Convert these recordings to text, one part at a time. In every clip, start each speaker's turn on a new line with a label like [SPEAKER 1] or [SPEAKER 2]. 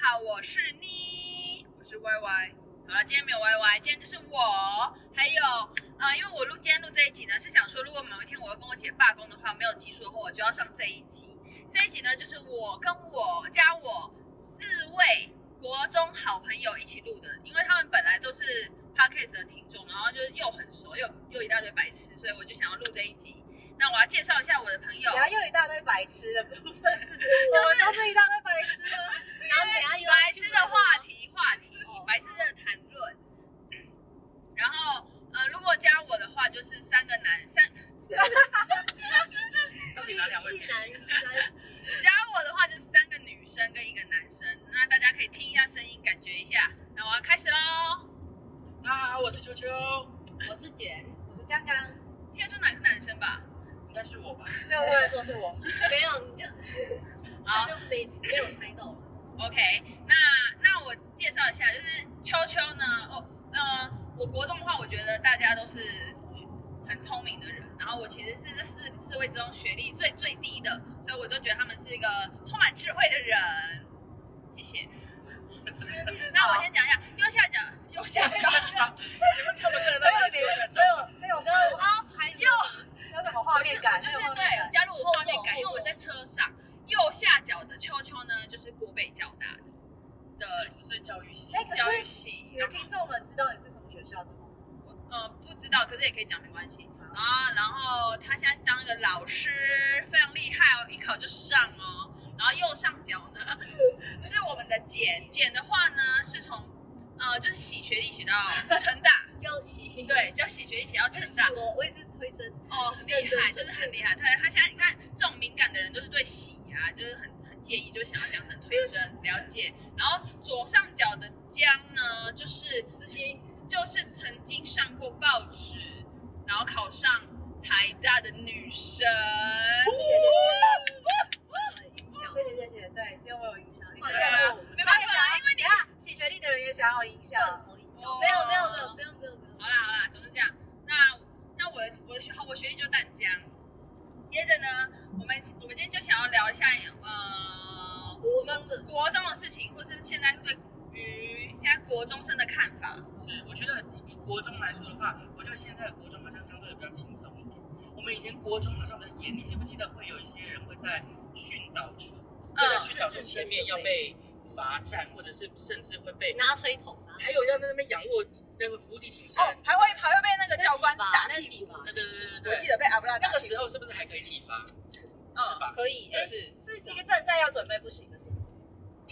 [SPEAKER 1] 好，我是你，我是 Y Y。好了，今天没有 Y Y，今天就是我，还有呃，因为我录今天录这一集呢，是想说，如果某一天我要跟我姐罢工的话，没有记错的话，我就要上这一集。这一集呢，就是我跟我加我四位国中好朋友一起录的，因为他们本来都是 podcast 的听众，然后就是又很熟，又又一大堆白痴，所以我就想要录这一集。那我要介绍一下我的朋友，
[SPEAKER 2] 然后又一大堆白痴的部分， 是不是？我们都是一大堆白痴吗？
[SPEAKER 3] 然后等下又
[SPEAKER 1] 白痴的话题，话题，白痴的谈论。然后，呃，如果加我的话，就是三个男三。
[SPEAKER 3] 一男生，
[SPEAKER 1] 加我的话就是三个女生跟一个男生，那大家可以听一下声音，感觉一下。那我要开始喽，
[SPEAKER 4] 啊，我是球球，
[SPEAKER 3] 我是卷，
[SPEAKER 2] 我是江刚，
[SPEAKER 1] 听得出哪个是男生吧？
[SPEAKER 4] 应该是我吧？
[SPEAKER 2] 就为了说是我。
[SPEAKER 3] 没有你就
[SPEAKER 1] 好
[SPEAKER 3] 他就没没有猜到了，
[SPEAKER 1] ，OK 那。那我介绍一下，就是秋秋呢，哦，呃，我国中的话，我觉得大家都是很聪明的人，然后我其实是这四四位之中学历最最低的，所以我就觉得他们是一个充满智慧的人。谢谢。那我先讲一下右下角，右下角。
[SPEAKER 4] 请问他们看得到你的右下角
[SPEAKER 2] 没？有没有是
[SPEAKER 3] 然后还有
[SPEAKER 2] 有什么 画面感？
[SPEAKER 1] 我就
[SPEAKER 2] 没
[SPEAKER 1] 是
[SPEAKER 2] 有画面
[SPEAKER 1] 对
[SPEAKER 2] 感
[SPEAKER 1] 加入我画面感，
[SPEAKER 3] 后座
[SPEAKER 1] 因为我在车上右下角的秋秋呢，就是国北交大的
[SPEAKER 4] 呃是是教育系，
[SPEAKER 2] 哎，
[SPEAKER 1] 的
[SPEAKER 2] 可
[SPEAKER 1] 教育
[SPEAKER 2] 是
[SPEAKER 1] 系
[SPEAKER 2] 你，的听众们知道你是什么学校的吗？
[SPEAKER 1] 呃，不知道，可是也可以讲没关系。啊，然后他现在当一个老师，非常厉害哦，一考就上哦。然后右上角呢 是我们的简，简的话呢是从呃就是洗学历洗到成大，
[SPEAKER 3] 要洗，
[SPEAKER 1] 对，叫洗学历洗到成大。
[SPEAKER 3] 我我也是推真，
[SPEAKER 1] 哦，很厉害，就是很厉害。他他现在你看，这种敏感的人就是对洗啊，就是很很介意，就想要讲成 推针，了解。然后左上角的江呢，就是直接就是曾经上过报纸，然后考上台大的女神。哦
[SPEAKER 2] 谢谢谢谢，对，这样我有影响力。
[SPEAKER 1] 对
[SPEAKER 2] 谢谢
[SPEAKER 1] 啊
[SPEAKER 2] 我们，
[SPEAKER 1] 没办法啊，因为你
[SPEAKER 2] 啊，洗学历的人也想要有影响。
[SPEAKER 3] 更头一跳，没有没有没有没有没有没有，
[SPEAKER 1] 好啦好啦，总是这样。那那我的我的学我学历就淡江。接着呢，我们我们今天就想要聊一下，呃，
[SPEAKER 3] 国中的
[SPEAKER 1] 国中的事情，或是现在对于现在国中生的看法。
[SPEAKER 4] 是我觉得以国中来说的话，我觉得现在的国中好像相对的比较轻松一点。我们以前国中好像的也，你记不记得会有一些人会在训导处，会
[SPEAKER 1] 呃
[SPEAKER 4] 在训导处前面要被罚站，或者是甚至会被，
[SPEAKER 3] 拿水桶啊，
[SPEAKER 4] 还有要在那边仰卧那个伏地挺身。
[SPEAKER 1] 哦，还会还会被那个教官打
[SPEAKER 3] 那
[SPEAKER 1] 屁
[SPEAKER 3] 体
[SPEAKER 1] 股。
[SPEAKER 3] 罚
[SPEAKER 4] 对对对对
[SPEAKER 1] 我
[SPEAKER 4] 对
[SPEAKER 1] 记
[SPEAKER 4] 对，
[SPEAKER 1] 得被阿布拉打
[SPEAKER 4] 那个
[SPEAKER 1] 屁
[SPEAKER 4] 时
[SPEAKER 1] 股。
[SPEAKER 4] 候是不是还可以体罚？是
[SPEAKER 1] 嗯，
[SPEAKER 4] 吧？
[SPEAKER 3] 可以，哎，
[SPEAKER 1] 是。
[SPEAKER 2] 是一个正在要准备不行的事。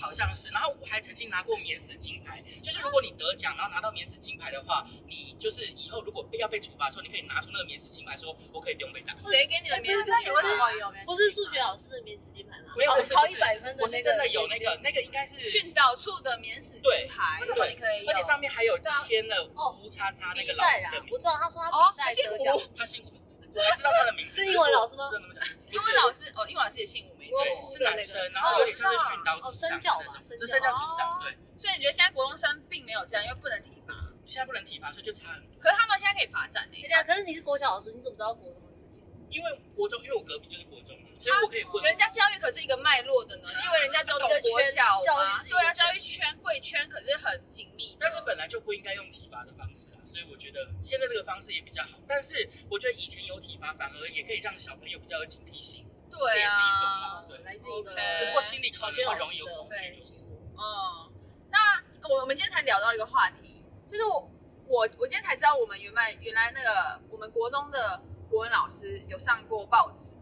[SPEAKER 4] 好像是，然后我还曾经拿过免死金牌，就是如果你得奖，然后拿到免死金牌的话，你就是以后如果被要被处罚的时候，你可以拿出那个免死金牌说，我可以不用被打。
[SPEAKER 1] 谁给你的
[SPEAKER 2] 哎不
[SPEAKER 1] 面
[SPEAKER 2] 是，
[SPEAKER 1] 子？
[SPEAKER 2] 那你为什么有？
[SPEAKER 3] 不是数学老师的免死金牌吗？
[SPEAKER 4] 没有，
[SPEAKER 3] 考
[SPEAKER 4] 不是
[SPEAKER 3] 考
[SPEAKER 4] 不
[SPEAKER 3] 一
[SPEAKER 4] 是
[SPEAKER 3] 百分的那个，
[SPEAKER 4] 我是真的有那个那个应该是
[SPEAKER 1] 训导处的免死金牌
[SPEAKER 2] 为。什么你可以有？
[SPEAKER 4] 而且上面还有
[SPEAKER 3] 对啊
[SPEAKER 4] 签了
[SPEAKER 3] 哦
[SPEAKER 4] 吴叉叉那
[SPEAKER 3] 比
[SPEAKER 4] 个老
[SPEAKER 3] 赛
[SPEAKER 4] 师
[SPEAKER 3] 啦
[SPEAKER 4] 的，名
[SPEAKER 3] 我知道他说他
[SPEAKER 1] 哦
[SPEAKER 3] 比赛
[SPEAKER 1] 姓
[SPEAKER 3] 得
[SPEAKER 1] 吴
[SPEAKER 3] 奖，
[SPEAKER 4] 字，他姓吴，我还知道他的名 字。
[SPEAKER 3] 是英文老师吗
[SPEAKER 4] 不知道怎么 讲
[SPEAKER 1] 英文老师哦，英文老师也姓吴没错。
[SPEAKER 4] 对，是男生，然
[SPEAKER 3] 哦
[SPEAKER 4] 后有点像
[SPEAKER 3] 啊
[SPEAKER 4] 是训导组长的那种，就身教组长。对，
[SPEAKER 1] 所以你觉得现在国中生并没有这样，因为不能体罚，
[SPEAKER 4] 现在不能体罚，所以就差很多。
[SPEAKER 1] 可是他们现在可以罚站呢、欸啊
[SPEAKER 3] 哎呀，可是你是国小老师，你怎么知道国中的事情？
[SPEAKER 4] 因为国中，因为我隔壁就是国中，所以我可以
[SPEAKER 3] 哦
[SPEAKER 4] 问。
[SPEAKER 1] 人家教育可是一个脉络的呢，你以为人家教懂国小
[SPEAKER 3] 一个圈教
[SPEAKER 1] 吗
[SPEAKER 3] 育？是一个
[SPEAKER 1] 对啊，
[SPEAKER 3] 圈
[SPEAKER 1] 教育圈、贵圈可是很紧密的。
[SPEAKER 4] 但是本来就不应该用体罚的方式啊，所以我觉得现在这个方式也比较好。但是我觉得以前有体罚，反而也可以让小朋友比较有警惕性，这
[SPEAKER 1] 对
[SPEAKER 4] 也是一种
[SPEAKER 1] 啊
[SPEAKER 4] 啦，对
[SPEAKER 3] 来自一
[SPEAKER 1] OK
[SPEAKER 3] 个
[SPEAKER 2] 哦
[SPEAKER 4] 只不过心理考虑会容易有恐惧，就是
[SPEAKER 1] 嗯，那我我们今天才聊到一个话题，就是我我我今天才知道，我们原来原来那个我们国中的国文老师有上过报纸，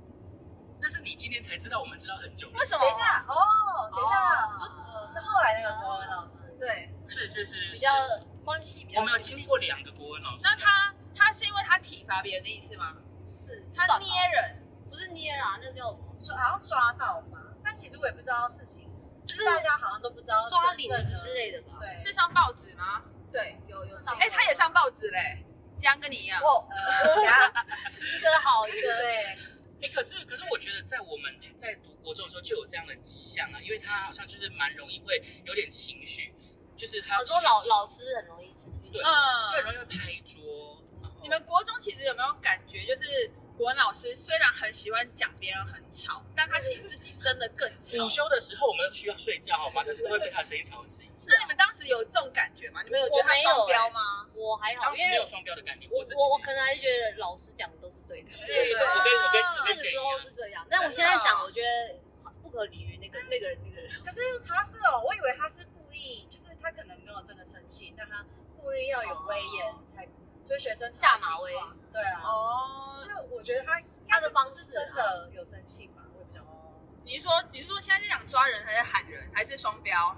[SPEAKER 4] 但是你今天才知道，我们知道很久了
[SPEAKER 1] 为。什么？
[SPEAKER 2] 等一，下哦，等一下，
[SPEAKER 3] 哦
[SPEAKER 2] 是后来那个国文老师。
[SPEAKER 3] 对
[SPEAKER 4] 是是是，是
[SPEAKER 3] 比较关系比较
[SPEAKER 4] 我们有经历过两个国文老师，
[SPEAKER 1] 那他他是因为他体罚别人的意思吗？
[SPEAKER 3] 是
[SPEAKER 1] 他
[SPEAKER 3] 算吧
[SPEAKER 1] 捏人，
[SPEAKER 3] 不是捏啦，那叫什么？
[SPEAKER 2] 抓好像抓到吧，但其实我也不知道事情，就是大家好像都不知道
[SPEAKER 3] 抓
[SPEAKER 2] 真
[SPEAKER 3] 领
[SPEAKER 2] 正
[SPEAKER 3] 子
[SPEAKER 2] 的
[SPEAKER 3] 之类的吧？
[SPEAKER 2] 对，
[SPEAKER 1] 是上报纸吗？
[SPEAKER 3] 对，有有上。
[SPEAKER 1] 哎、他也上报啊纸嘞，江跟你一样。
[SPEAKER 3] 哦，
[SPEAKER 2] 呃，等一下
[SPEAKER 3] 一个好一 个
[SPEAKER 2] 对，
[SPEAKER 4] 哎、可是可是我觉得在我们在读国中的时候就有这样的迹象啊，因为他好像就是蛮容易会有点情绪，就是他
[SPEAKER 3] 很多老老师很容易情绪，
[SPEAKER 4] 对
[SPEAKER 1] 嗯，
[SPEAKER 4] 就很容易会拍桌，然后
[SPEAKER 1] 你们国中其实有没有感觉，就是国文老师虽然很喜欢讲别人很吵，但他其实自己真的更吵
[SPEAKER 4] 午。休的时候我们需要睡觉好吗？但是会被他声音吵醒。
[SPEAKER 1] 那你们当时有这种感觉吗？你们有觉哎得
[SPEAKER 3] 我
[SPEAKER 1] 他
[SPEAKER 3] 没有
[SPEAKER 1] 双标
[SPEAKER 3] 欸
[SPEAKER 1] 吗？
[SPEAKER 3] 我还好，
[SPEAKER 4] 当时
[SPEAKER 3] 因
[SPEAKER 4] 没
[SPEAKER 3] 为
[SPEAKER 4] 有双标的概念，我自己
[SPEAKER 3] 我我可能还是觉得老师讲的都是对的，啊
[SPEAKER 4] 对，对对我跟我跟我
[SPEAKER 3] 那
[SPEAKER 4] 跟
[SPEAKER 3] 个
[SPEAKER 4] 姐一
[SPEAKER 3] 时候
[SPEAKER 4] 样，
[SPEAKER 3] 是这样。但我现在想，我觉得不可理喻那
[SPEAKER 1] 嗯
[SPEAKER 3] 个那个人那个人。
[SPEAKER 2] 可是他是哦，我以为他是故意，就是他可能没有真的生气，但他故意要有威严才，就是学生才
[SPEAKER 3] 哦下马威
[SPEAKER 2] 听话。对啊，
[SPEAKER 1] 哦
[SPEAKER 2] 就，是我觉得他
[SPEAKER 3] 他的方式啊哦
[SPEAKER 2] 是真的有生气吧，我也不知道。
[SPEAKER 1] 你是说你是说现在是想抓人还是喊人还是双标？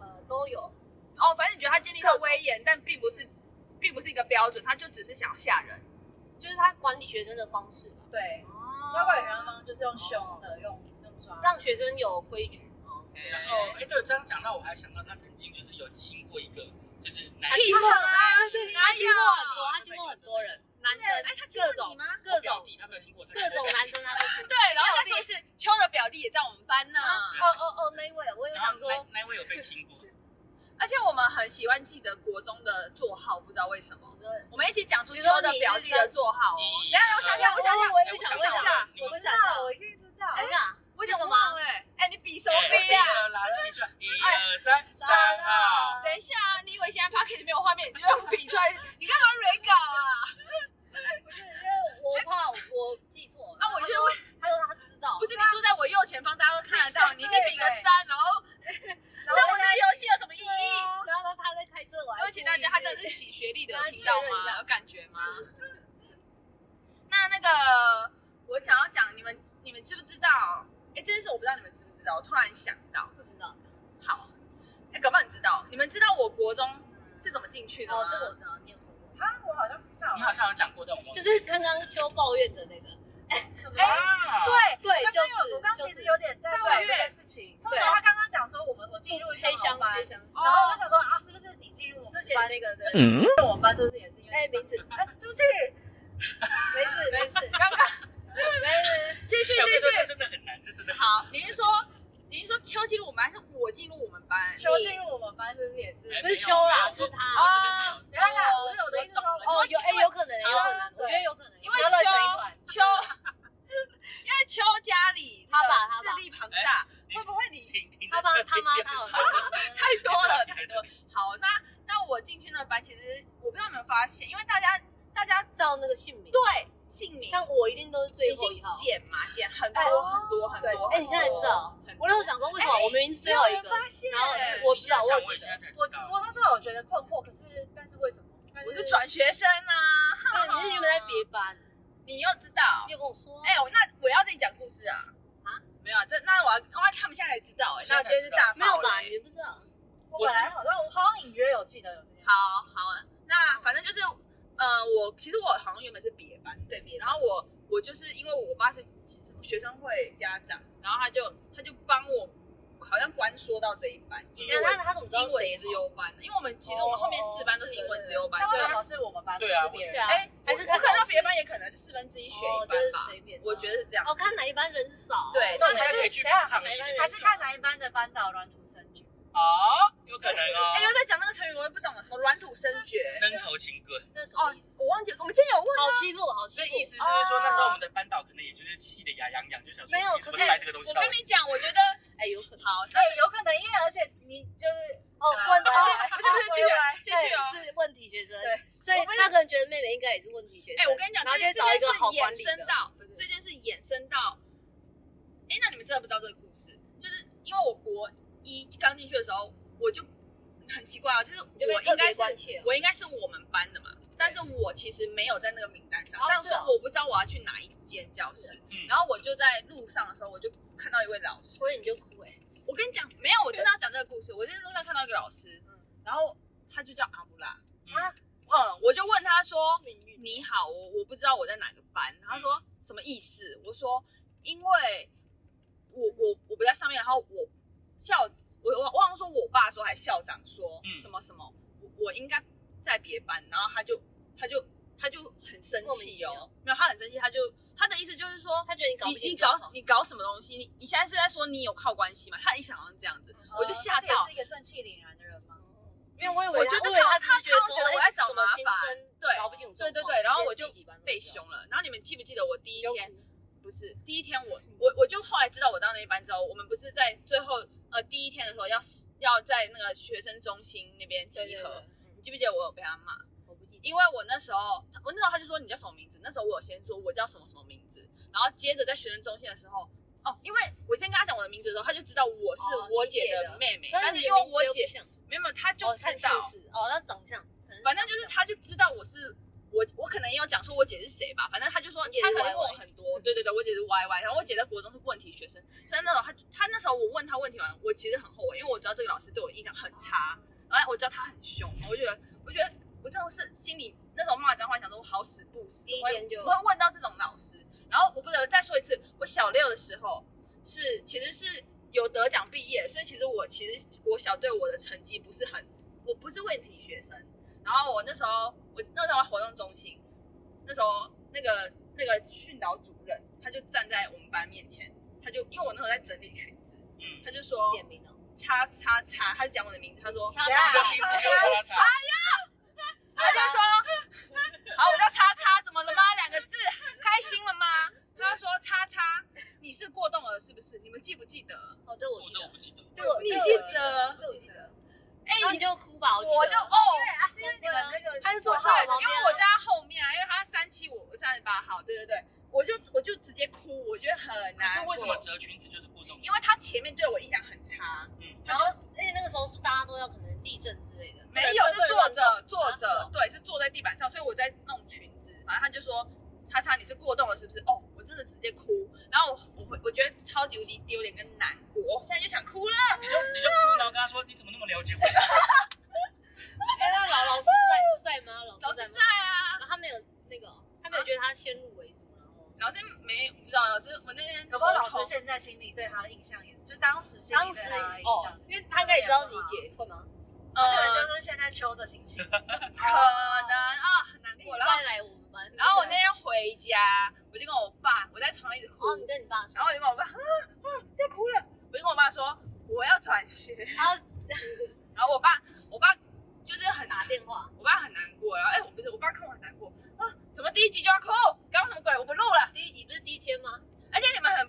[SPEAKER 3] 呃，
[SPEAKER 1] 嗯
[SPEAKER 3] 都有，
[SPEAKER 1] 哦，反正你觉得他建立他威严，但并不是并不是一个标准，他就只是想吓人。
[SPEAKER 3] 就是他管理学生的方式吧，
[SPEAKER 2] 对，
[SPEAKER 1] 哦
[SPEAKER 2] 抓管员方就是用凶的，用用抓。
[SPEAKER 3] 哦让学生有规矩。哦
[SPEAKER 1] OK，
[SPEAKER 4] 然后哎，对，这样讲到我还想到他曾经就是有亲过一个就是男
[SPEAKER 1] 屁
[SPEAKER 4] 生
[SPEAKER 1] 股啊，哪
[SPEAKER 3] 他经过很
[SPEAKER 1] 有？
[SPEAKER 3] 多，他经过很多人，男生，
[SPEAKER 1] 哎他亲过
[SPEAKER 3] 各种
[SPEAKER 1] 你吗
[SPEAKER 3] 各
[SPEAKER 4] 表
[SPEAKER 3] 种
[SPEAKER 4] 弟，他没有亲过，他
[SPEAKER 3] 各种男生他都经过。
[SPEAKER 1] 对，然后再说是秋的表弟也在我们班呢，
[SPEAKER 3] 哦哦哦，那一位，我有
[SPEAKER 4] 啊然后
[SPEAKER 3] 想说，
[SPEAKER 4] 那那位有被亲过，
[SPEAKER 1] 而且我们很喜欢记得国中的座号，不知道为什么。
[SPEAKER 3] 我说
[SPEAKER 1] 我们一起讲出秋的表弟的座号哦。等一下，让我想想，我想想，
[SPEAKER 3] 我
[SPEAKER 4] 哎
[SPEAKER 3] 也
[SPEAKER 4] 我
[SPEAKER 3] 想
[SPEAKER 4] 想
[SPEAKER 3] 我也想
[SPEAKER 1] 一下
[SPEAKER 4] 你们
[SPEAKER 3] 我
[SPEAKER 2] 我
[SPEAKER 3] 也
[SPEAKER 2] 知
[SPEAKER 3] 想哎
[SPEAKER 2] 道，我一定知道。
[SPEAKER 3] 等一下，
[SPEAKER 1] 我有点忘了。哎，你比什么比 啊？
[SPEAKER 4] 来了，一下，
[SPEAKER 3] 哎
[SPEAKER 4] 一二三，三号。
[SPEAKER 1] 等一下啊，你以为现在 p o c k e t 没有画面，你就用比出来？你干嘛 re 稿啊？
[SPEAKER 3] 不是，因为我怕我记错。
[SPEAKER 1] 啊我
[SPEAKER 3] 他
[SPEAKER 1] 觉得
[SPEAKER 3] 说他说他知道
[SPEAKER 1] 不，是你啊坐在我右前方，大家都看得 到你，你比个三，然啊 后
[SPEAKER 2] 然后
[SPEAKER 1] 那我这个游戏有什么意
[SPEAKER 3] 对啊
[SPEAKER 1] 义？
[SPEAKER 3] 然后他在开车，我还
[SPEAKER 1] 对不起大家，他真的是洗学历的，有听到
[SPEAKER 3] 跟他确认一
[SPEAKER 1] 吗？
[SPEAKER 3] 下
[SPEAKER 1] 有感觉吗？ 那那个，我想要讲，你们你们知不知道？哎，这件事我不知道你们知不知道，我突然想到，
[SPEAKER 3] 不知道。
[SPEAKER 1] 好，哎，搞不好你知道，你们知道我国中是怎么进去的吗？
[SPEAKER 3] 哦，这个我知道，你有说过，
[SPEAKER 2] 啊，我好像不知道
[SPEAKER 4] 你。好像有讲过，但我忘了。
[SPEAKER 3] 哎就是刚刚秋抱怨的那个，
[SPEAKER 4] 啊，
[SPEAKER 2] 对
[SPEAKER 3] 哎对
[SPEAKER 2] 我刚刚有
[SPEAKER 3] 就是
[SPEAKER 2] 我刚刚其
[SPEAKER 3] 就
[SPEAKER 2] 实
[SPEAKER 3] 是
[SPEAKER 2] 有点在
[SPEAKER 1] 抱
[SPEAKER 2] 想
[SPEAKER 1] 怨
[SPEAKER 2] 这件事情。
[SPEAKER 3] 对
[SPEAKER 2] 对，他刚刚讲说我们我进入一个
[SPEAKER 3] 黑箱
[SPEAKER 2] 好班
[SPEAKER 3] 黑，箱，
[SPEAKER 2] 然后我就想说啊，是不是你进入我
[SPEAKER 3] 之
[SPEAKER 2] 们
[SPEAKER 3] 前
[SPEAKER 2] 班？
[SPEAKER 3] 那个对，
[SPEAKER 4] 嗯，
[SPEAKER 2] 我们班是不是也是因为？
[SPEAKER 3] 哎，名字
[SPEAKER 2] 哎，对不起，
[SPEAKER 3] 没事没事
[SPEAKER 1] 刚 刚
[SPEAKER 3] 没事，
[SPEAKER 1] 继续
[SPEAKER 4] 这
[SPEAKER 1] 继
[SPEAKER 4] 这
[SPEAKER 1] 续。
[SPEAKER 4] 真的很难，这真的很难。
[SPEAKER 1] 好，你是说你是说秋进入我们班，还是我进入我们班？
[SPEAKER 2] 秋进入我们班是不是也是？
[SPEAKER 4] 哎
[SPEAKER 3] 不是秋啦，是
[SPEAKER 1] 哦
[SPEAKER 3] 他。
[SPEAKER 4] 啊，
[SPEAKER 2] 等一下等一下
[SPEAKER 1] 哦
[SPEAKER 2] 不是我的意思是
[SPEAKER 1] 我懂了
[SPEAKER 2] 说，
[SPEAKER 3] 哦，有哎，有可能，有可能，
[SPEAKER 2] 对
[SPEAKER 3] 我觉得有可能，
[SPEAKER 1] 因为
[SPEAKER 2] 不要乱成一团
[SPEAKER 1] 秋，因为秋家里
[SPEAKER 3] 他爸他
[SPEAKER 1] 势
[SPEAKER 3] 爸
[SPEAKER 1] 力庞大，
[SPEAKER 4] 你
[SPEAKER 1] 会不会哎你
[SPEAKER 4] 听听
[SPEAKER 3] 他帮他妈他 好像
[SPEAKER 1] 太多了太多了
[SPEAKER 4] 了。。
[SPEAKER 1] 好，那那我进去那班，其实我不知道有没有发现，因为大家大家
[SPEAKER 3] 照那个姓名，
[SPEAKER 1] 对姓名
[SPEAKER 3] 像我一定都是最
[SPEAKER 1] 已
[SPEAKER 3] 后一
[SPEAKER 1] 经
[SPEAKER 3] 号。
[SPEAKER 1] 减嘛，减很
[SPEAKER 3] 哎
[SPEAKER 1] 多很多很
[SPEAKER 3] 对
[SPEAKER 1] 多。，
[SPEAKER 3] 哎，你现在知道，
[SPEAKER 1] 哦很多哎
[SPEAKER 3] 我那时候想说为什么我明明是最后一个，
[SPEAKER 1] 发现，
[SPEAKER 3] 然后
[SPEAKER 1] 我
[SPEAKER 3] 我知道，我
[SPEAKER 4] 我
[SPEAKER 3] 有记得，
[SPEAKER 2] 我我那时候我觉得困惑，可是但是为什么？但
[SPEAKER 1] 我是转学生啊，
[SPEAKER 3] 对，你是原本在别班，
[SPEAKER 1] 你又知道
[SPEAKER 3] 你？有跟我说，
[SPEAKER 1] 哎，我那我要跟你讲故事啊
[SPEAKER 3] 啊，
[SPEAKER 1] 没有啊，这那我要，哇，他们现在也知道哎，
[SPEAKER 4] 现
[SPEAKER 1] 那
[SPEAKER 4] 在
[SPEAKER 1] 今天是大
[SPEAKER 3] 没有
[SPEAKER 1] 爆
[SPEAKER 3] 吧？
[SPEAKER 1] 雷嗯
[SPEAKER 3] 你们不知道，
[SPEAKER 2] 我本来好像我好像隐约有记得有这件事。
[SPEAKER 1] 好好，那反正就是，呃，我其实我好像原本是别班的，
[SPEAKER 3] 对别
[SPEAKER 1] 然
[SPEAKER 3] 班
[SPEAKER 1] 后我我就是因为我爸是什么学生会家长，然后他就他就帮我好像关说到这一班，因为
[SPEAKER 3] 那他他怎么知道
[SPEAKER 1] 英文
[SPEAKER 3] 谁
[SPEAKER 1] 自由班，因为我们其实我们后面四班都是英文自由班，
[SPEAKER 2] 那
[SPEAKER 1] 所
[SPEAKER 2] 为
[SPEAKER 1] 以
[SPEAKER 2] 什么是我们班，不
[SPEAKER 4] 对啊
[SPEAKER 2] 是别
[SPEAKER 3] 对
[SPEAKER 2] 人？
[SPEAKER 3] 啊，
[SPEAKER 1] 哎，
[SPEAKER 3] 还是
[SPEAKER 1] 我
[SPEAKER 3] 看
[SPEAKER 1] 可能到别班也可能就四分之一选一班
[SPEAKER 3] 哦就是
[SPEAKER 1] 吧
[SPEAKER 3] 随便，的
[SPEAKER 1] 我觉得是这样。
[SPEAKER 3] 哦，看哪一班人少，哦
[SPEAKER 1] 对
[SPEAKER 4] 那我们
[SPEAKER 2] 啊
[SPEAKER 4] 现在可以去看他们一
[SPEAKER 2] 还是看哪一班的班导软土生举？
[SPEAKER 4] 哦，有可能
[SPEAKER 1] 哎，
[SPEAKER 4] 哦，
[SPEAKER 1] 又在讲那个成语，我也不懂了，什么软土生绝
[SPEAKER 4] 扔头情歌。
[SPEAKER 3] 那时候
[SPEAKER 1] 哦，我忘记我们今天有问
[SPEAKER 3] 好欺负，好欺
[SPEAKER 4] 所
[SPEAKER 3] 负
[SPEAKER 4] 以，意思是说，那时候我们的班导可能也就是气得牙痒痒，就想说，带这个东西
[SPEAKER 1] 我
[SPEAKER 4] 到
[SPEAKER 1] 跟你讲，我觉得
[SPEAKER 3] 哎，有可能
[SPEAKER 1] 好，那
[SPEAKER 2] 哎，有可能，因为而且你就是
[SPEAKER 3] 哦，问
[SPEAKER 2] 回来
[SPEAKER 3] 哦，
[SPEAKER 1] 不对不对，继续继续哦。
[SPEAKER 3] 对是问题学生，
[SPEAKER 2] 对，
[SPEAKER 3] 所
[SPEAKER 1] 我
[SPEAKER 3] 以
[SPEAKER 1] 跟你
[SPEAKER 3] 他可能觉得妹妹应该也是问题学
[SPEAKER 1] 哎、
[SPEAKER 3] 生，
[SPEAKER 1] 我跟你讲，这
[SPEAKER 3] 然后就
[SPEAKER 1] 件这
[SPEAKER 3] 会找
[SPEAKER 1] 件
[SPEAKER 3] 一个
[SPEAKER 1] 事
[SPEAKER 3] 好管
[SPEAKER 1] 衍
[SPEAKER 3] 理
[SPEAKER 1] 生
[SPEAKER 3] 的，
[SPEAKER 1] 到
[SPEAKER 3] 对
[SPEAKER 1] 这件事衍生到，哎、那你们真的不知道这个故事？就是因为我国一刚进去的时候，我就很奇怪啊，就是
[SPEAKER 3] 就被
[SPEAKER 1] 我
[SPEAKER 3] 特
[SPEAKER 1] 应
[SPEAKER 3] 别
[SPEAKER 1] 该是
[SPEAKER 3] 关切哦
[SPEAKER 1] 我应该是我们班的嘛，但是我其实没有在那个名单上，
[SPEAKER 3] 哦
[SPEAKER 1] 但是
[SPEAKER 3] 是哦
[SPEAKER 1] 我不知道我要去哪一间教室，
[SPEAKER 4] 嗯
[SPEAKER 1] 然后我就在路上的时候，我就看到一位老师，
[SPEAKER 3] 所以你就哭哎，
[SPEAKER 1] 我跟你讲，没有，我真的要讲这个故事。我在路上看到一个老师，
[SPEAKER 3] 嗯
[SPEAKER 1] 然后他就叫阿布拉
[SPEAKER 4] 嗯
[SPEAKER 1] 啊，嗯，我就问他说：“你好，我我不知道我在哪个班。”他说：“
[SPEAKER 3] 嗯
[SPEAKER 1] 什么意思？”我说：“因为我我我不在上面，然后我校我我忘了说我爸说还是校长说、
[SPEAKER 4] 嗯
[SPEAKER 1] 什么什么，我我应该在别班，然后他就他就他就很生
[SPEAKER 3] 莫名其
[SPEAKER 1] 气哦
[SPEAKER 3] 妙，
[SPEAKER 1] 没有他很生气，他就他的意思就是说
[SPEAKER 3] 他觉得你搞
[SPEAKER 1] 你
[SPEAKER 3] 不清
[SPEAKER 1] 你
[SPEAKER 3] 状
[SPEAKER 1] 搞
[SPEAKER 3] 况
[SPEAKER 1] 你搞什么东西？你你现在是在说你有靠关系吗？他的意思好像这样子，我就吓
[SPEAKER 2] 呃这也
[SPEAKER 1] 到
[SPEAKER 2] 是。一个正气凛然的人吗？
[SPEAKER 3] 因为我以为
[SPEAKER 1] 我觉得
[SPEAKER 3] 我以为
[SPEAKER 1] 他
[SPEAKER 3] 啊他只是觉得
[SPEAKER 1] 他他觉得
[SPEAKER 3] 说，
[SPEAKER 1] 我
[SPEAKER 3] 哎
[SPEAKER 1] 在找
[SPEAKER 3] 什么新
[SPEAKER 1] 麻烦
[SPEAKER 3] 生
[SPEAKER 1] 对
[SPEAKER 3] 搞不清楚
[SPEAKER 1] 对
[SPEAKER 3] 状况，
[SPEAKER 1] 对对然后我
[SPEAKER 3] 连自
[SPEAKER 1] 就
[SPEAKER 3] 己班啊都
[SPEAKER 1] 被
[SPEAKER 3] 不知道
[SPEAKER 1] 凶了。然后你们记不记得我第一
[SPEAKER 3] 就
[SPEAKER 1] 天不是第一天我我我就后来知道我到那一班之后，我们不是在最后呃第一天的时候要要在那个学生中心那边集合，
[SPEAKER 3] 对对对，
[SPEAKER 1] 你
[SPEAKER 3] 嗯
[SPEAKER 1] 记不记得我有被他骂？
[SPEAKER 3] 我不记得，
[SPEAKER 1] 因为我那时候，我那时候他就说你叫什么名字，那时候我有先说我叫什么什么名字，然后接着在学生中心的时候，哦，因为我先跟他讲我的名字的时候，他就知道我是
[SPEAKER 3] 哦
[SPEAKER 1] 我
[SPEAKER 3] 理解
[SPEAKER 1] 姐的
[SPEAKER 3] 了
[SPEAKER 1] 妹妹，但
[SPEAKER 3] 但
[SPEAKER 1] 是
[SPEAKER 3] 你
[SPEAKER 1] 因为
[SPEAKER 3] 名字
[SPEAKER 1] 我
[SPEAKER 3] 又不
[SPEAKER 1] 姐
[SPEAKER 3] 像
[SPEAKER 1] 没有没有，他就
[SPEAKER 3] 哦
[SPEAKER 1] 知
[SPEAKER 3] 看
[SPEAKER 1] 道，
[SPEAKER 3] 姓氏哦，那长相可能
[SPEAKER 1] 反正就是
[SPEAKER 3] 长相
[SPEAKER 1] 他就知道我是我，我可能也有讲说我姐是谁吧，反正他就说
[SPEAKER 3] 我姐是
[SPEAKER 1] 他可能问
[SPEAKER 3] YY
[SPEAKER 1] 我很多，对对对，我姐是 Y Y，然后我姐在国中是问题学生，所以那时候他他那时候我问他问题完，我其实很后悔，因为我知道这个老师对我印象很差，然后我知道他很凶，我觉得我觉得我真的是心里那时候骂脏话，想说我好死不死，
[SPEAKER 3] 第一
[SPEAKER 1] 我会
[SPEAKER 3] 天就
[SPEAKER 1] 我会问到这种老师，然后我不得再说一次，我小六的时候是其实是有得奖毕业，所以其实我其实国小对我的成绩不是很，我不是问题学生。然后我那时候我那时候活动中心，那时候那个那个训导主任他就站在我们班面前，他就因为我那时候在整理裙子，
[SPEAKER 4] 嗯，
[SPEAKER 1] 他就说
[SPEAKER 3] 点名哦，
[SPEAKER 1] 叉叉叉，他就讲我的名字，他说
[SPEAKER 3] 差
[SPEAKER 2] 等一下
[SPEAKER 4] 这个
[SPEAKER 3] 大
[SPEAKER 4] 名字就叉叉叉，
[SPEAKER 1] 他就说，好，我叫叉叉，怎么了吗？两个字，开心了吗？他说叉叉，你是过动儿是不是？你们记不记得？
[SPEAKER 3] 哦，这我
[SPEAKER 4] 我
[SPEAKER 3] 记
[SPEAKER 4] 这我
[SPEAKER 3] 得，
[SPEAKER 4] 不记得。
[SPEAKER 3] 这个
[SPEAKER 1] 你
[SPEAKER 3] 这个
[SPEAKER 1] 记
[SPEAKER 3] 我
[SPEAKER 1] 得
[SPEAKER 3] 这我记得，哎，你就哭吧，
[SPEAKER 1] 我
[SPEAKER 3] 我
[SPEAKER 1] 就哦，
[SPEAKER 2] 对啊，是因为你们那个，
[SPEAKER 3] 他是坐
[SPEAKER 1] 对
[SPEAKER 3] 在我旁，
[SPEAKER 1] 因
[SPEAKER 3] 边
[SPEAKER 1] 为我在他后面啊，因为他三七我三十八号，对对对，我就我就直接哭，我觉得很
[SPEAKER 4] 可
[SPEAKER 1] 难
[SPEAKER 4] 是
[SPEAKER 1] 过。
[SPEAKER 4] 为什么折裙子就是过动？嗯
[SPEAKER 1] 因为他前面对我印象很差，
[SPEAKER 3] 然后而且那个时候是大家都要可能地震之类的，哎
[SPEAKER 1] 没有是坐着
[SPEAKER 2] 啊
[SPEAKER 1] 坐
[SPEAKER 3] 拿
[SPEAKER 2] 哦
[SPEAKER 1] 着
[SPEAKER 3] 手，
[SPEAKER 1] 对，是坐在地板上，所以我在弄裙子，反正他就说。叉叉，你是过动了是不是？哦，我真的直接哭，然后我我会我觉得超级无敌丢脸跟难过，我现在就想哭了。
[SPEAKER 2] 嗯
[SPEAKER 4] 你就你就哭，然后跟他说你怎么那么了解我？
[SPEAKER 3] 哎，那老老师在在吗？
[SPEAKER 1] 老
[SPEAKER 3] 老
[SPEAKER 1] 师
[SPEAKER 3] 师
[SPEAKER 1] 在
[SPEAKER 3] 在吗？
[SPEAKER 1] 啊，
[SPEAKER 3] 然后他没有那个，他没有觉得他先入为主，然
[SPEAKER 1] 老
[SPEAKER 3] 后
[SPEAKER 1] 师没不知道，老师我那天
[SPEAKER 2] 搞不好老师
[SPEAKER 1] 头痛
[SPEAKER 2] 现在心里对他的印象也，就是当时心里
[SPEAKER 3] 当
[SPEAKER 2] 对
[SPEAKER 3] 时
[SPEAKER 2] 他啊的印
[SPEAKER 3] 哦
[SPEAKER 2] 象，，
[SPEAKER 3] 因为他应该也知道你姐会吗？
[SPEAKER 2] 可能
[SPEAKER 1] 呃
[SPEAKER 2] 就是哦现在秋的心情。
[SPEAKER 1] 可能啊很难过，然后
[SPEAKER 3] 再来我们班，
[SPEAKER 1] 然后我那天回家，我就跟我爸，我在床上一直哭，
[SPEAKER 3] 哦，你跟你爸说，
[SPEAKER 1] 然后我就跟我爸，啊啊，要哭了，我就跟我爸说我要转学，
[SPEAKER 3] 他
[SPEAKER 1] 然后我爸我爸就是很
[SPEAKER 3] 打电话，
[SPEAKER 1] 我爸很难过，然后哎、我不是我爸看我很难过啊，怎么第一集就要哭，搞什么鬼？我不录了，
[SPEAKER 3] 第一集不是第一天吗？
[SPEAKER 1] 而且你们很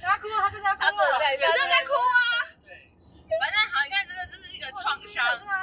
[SPEAKER 2] 他哭，他真的哭
[SPEAKER 3] 他真的
[SPEAKER 2] 了，
[SPEAKER 3] 在
[SPEAKER 1] 你真的在哭啊，
[SPEAKER 4] 对，是
[SPEAKER 1] 反正好，你看真的这是一个创伤，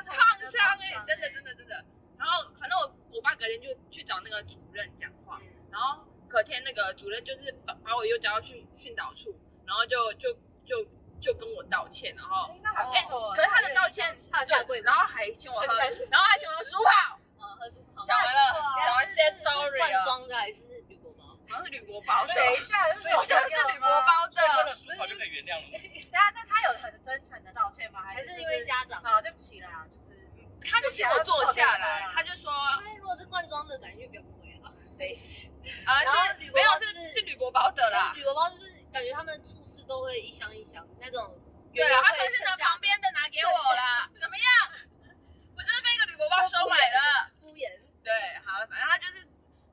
[SPEAKER 2] 创
[SPEAKER 1] 创伤哎、真的真的真的。然后反正我我爸隔天就去找那个主任讲话，然后隔天那个主任就是把把我又叫到去训导处，然后就就就就跟我道歉，然后
[SPEAKER 2] 哎那还不错。
[SPEAKER 1] 可是他的道歉，
[SPEAKER 3] 他的下跪
[SPEAKER 1] 然后还请我喝，
[SPEAKER 2] 但是
[SPEAKER 1] 然后还请我喝舒跑，
[SPEAKER 3] 呃，何叔好，
[SPEAKER 1] 讲完了，讲完
[SPEAKER 3] 是
[SPEAKER 1] say
[SPEAKER 3] 是
[SPEAKER 1] 啊 sorry 啊
[SPEAKER 3] 罐
[SPEAKER 1] 了，
[SPEAKER 3] 装的还是铝箔包？
[SPEAKER 1] 好像是铝箔包的，
[SPEAKER 2] 等一下，
[SPEAKER 1] 好像是铝箔。包
[SPEAKER 4] 所以喝了
[SPEAKER 1] 的，
[SPEAKER 4] 舒跑就可以原谅了。
[SPEAKER 2] 等下，那他有很真诚的道歉吗？
[SPEAKER 3] 还
[SPEAKER 2] 还
[SPEAKER 3] 是因为家长？
[SPEAKER 2] 啊，对不起啦，就是
[SPEAKER 1] 他就请我坐下来，他就说，
[SPEAKER 3] 因为如果是罐装的，感觉就比较不会啊。
[SPEAKER 2] 没事。
[SPEAKER 1] 啊
[SPEAKER 3] 然后
[SPEAKER 1] 是
[SPEAKER 3] 铝箔
[SPEAKER 1] 没有
[SPEAKER 3] 包
[SPEAKER 1] 是
[SPEAKER 3] 是
[SPEAKER 1] 是铝箔包的啦，
[SPEAKER 3] 铝箔包就是感觉他们处事都会一箱一箱那种。
[SPEAKER 1] 对啊，他可能是拿旁边的拿给我啦，怎么样？我就是被一个铝箔包收买了。
[SPEAKER 3] 敷衍，
[SPEAKER 1] 对，好了，反正他就是